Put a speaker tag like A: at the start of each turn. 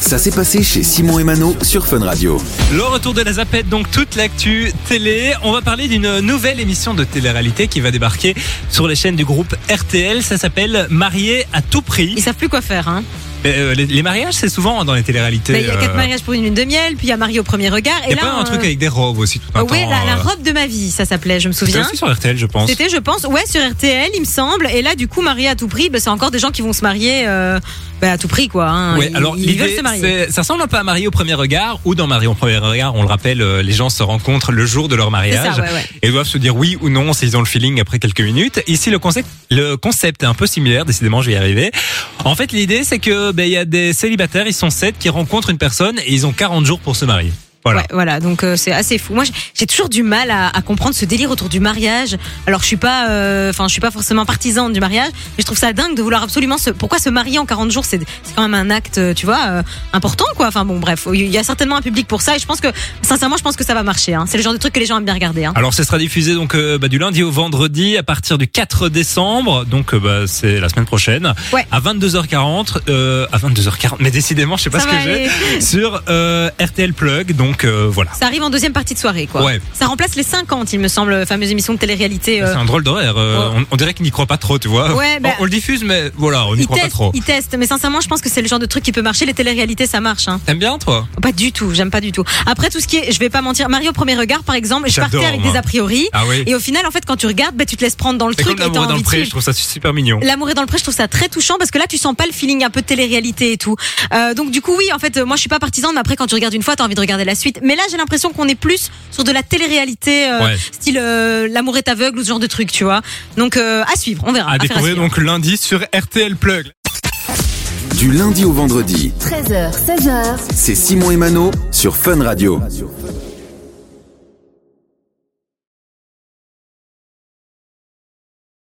A: Ça s'est passé chez Simon et Mano sur Fun Radio.
B: Le retour de la zapette, donc toute l'actu télé. On va parler d'une nouvelle émission de télé-réalité qui va débarquer sur les chaînes du groupe RTL. Ça s'appelle Marié à tout
C: Ils
B: prix.
C: savent plus quoi faire. Hein.
B: Mais, euh, les, les mariages, c'est souvent hein, dans les télé-réalités.
C: Bah, il y a quatre
B: euh,
C: mariages pour une lune de miel, puis il y a Marie au premier regard.
B: y
C: Et
B: a
C: là,
B: pas un
C: euh,
B: truc avec des robes aussi tout un
C: ouais,
B: temps.
C: la, la
B: euh,
C: robe de ma vie, ça s'appelait, je me
B: C'était
C: souviens.
B: aussi sur RTL, je pense.
C: C'était, je pense, ouais, sur RTL, il me semble. Et là, du coup, marié à tout prix, bah, c'est encore des gens qui vont se marier euh, bah, à tout prix, quoi. hein.
B: Ouais,
C: Ils-
B: alors
C: ils veulent
B: l'idée,
C: se marier.
B: c'est- ça ressemble un peu à Marie au premier regard, ou dans Marie au premier regard, on le rappelle, euh, les gens se rencontrent le jour de leur
C: C'est
B: mariage
C: ça, ouais, ouais.
B: et doivent se dire oui ou non s'ils ont le feeling après quelques minutes. Ici, le concept, le concept est un peu similaire, décidément, je vais y arriver. En fait, l'idée, c'est que ben, il y a des célibataires, ils sont sept, qui rencontrent une personne et ils ont 40 jours pour se marier. Voilà.
C: Ouais, voilà, donc euh, c'est assez fou. Moi, j'ai- j'ai toujours du mal à, à comprendre ce délire autour du mariage. Alors, je suis pas, euh, enfin, je suis pas forcément partisane du mariage, mais je trouve ça dingue de vouloir absolument se. Pourquoi se marier en 40 jours C'est c'est quand même un acte, euh, tu vois, euh, important, quoi. Enfin bon, bref, il y a certainement un public pour ça, et je pense que, sincèrement, je pense que ça va marcher. hein. C'est le genre de truc que les gens aiment bien regarder. hein.
B: Alors, ce sera diffusé donc euh, bah, du lundi au vendredi à partir du 4 décembre, donc euh, bah, c'est la semaine prochaine,
C: Ouais.
B: à 22h40, euh, à 22h40. Mais décidément, je sais pas
C: ça
B: ce
C: va
B: que j'ai.
C: aller.
B: sur euh, RTL Plug. Donc euh, voilà.
C: Ça arrive en deuxième partie de soirée, quoi.
B: Ouais.
C: Ça remplace les 50, il me semble, euh, fameuse émission de télé-réalité. euh,
B: C'est un drôle d'horaire. euh,
C: ouais.
B: on, on dirait qu'il n'y croit pas trop, tu vois.
C: Ouais, bah-
B: on, on le diffuse, mais voilà, on n'y
C: Ils
B: croit pas
C: testent,
B: trop.
C: ils testent, mais sincèrement, je pense que c'est le genre de truc qui peut marcher. Les téléréalités, ça marche. Hein.
B: T'aimes bien, toi
C: Pas du tout, j'aime pas du tout. Après tout ce qui est, je vais pas mentir, Marie au premier regard par exemple, je
B: J'adore,
C: partais avec
B: moi.
C: des a priori
B: Ah oui.
C: et au final en fait quand tu regardes, bah, tu te laisses prendre dans le
B: C'est comme
C: truc et t'as
B: l'amour dans le
C: envie de
B: pré, je
C: suivre.
B: trouve ça super mignon.
C: L'amour est dans le pré, je trouve ça très touchant parce que là tu sens pas le feeling un peu de télé-réalité et tout. Euh, donc du coup oui, en fait euh, moi je suis pas partisane mais après quand tu regardes une fois, t'as envie de regarder la suite. Mais là j'ai l'impression qu'on est plus sur de la télé-réalité euh,
B: Ouais.
C: style euh, l'amour est aveugle ou ce genre de truc, tu vois. Donc euh, à suivre, on verra.
B: À
C: Affaire à
B: découvrir
C: suivre.
B: donc lundi sur RTL Plug.
A: Du lundi au vendredi,
D: 13h, 16h,
A: c'est Simon et Mano sur Fun Radio.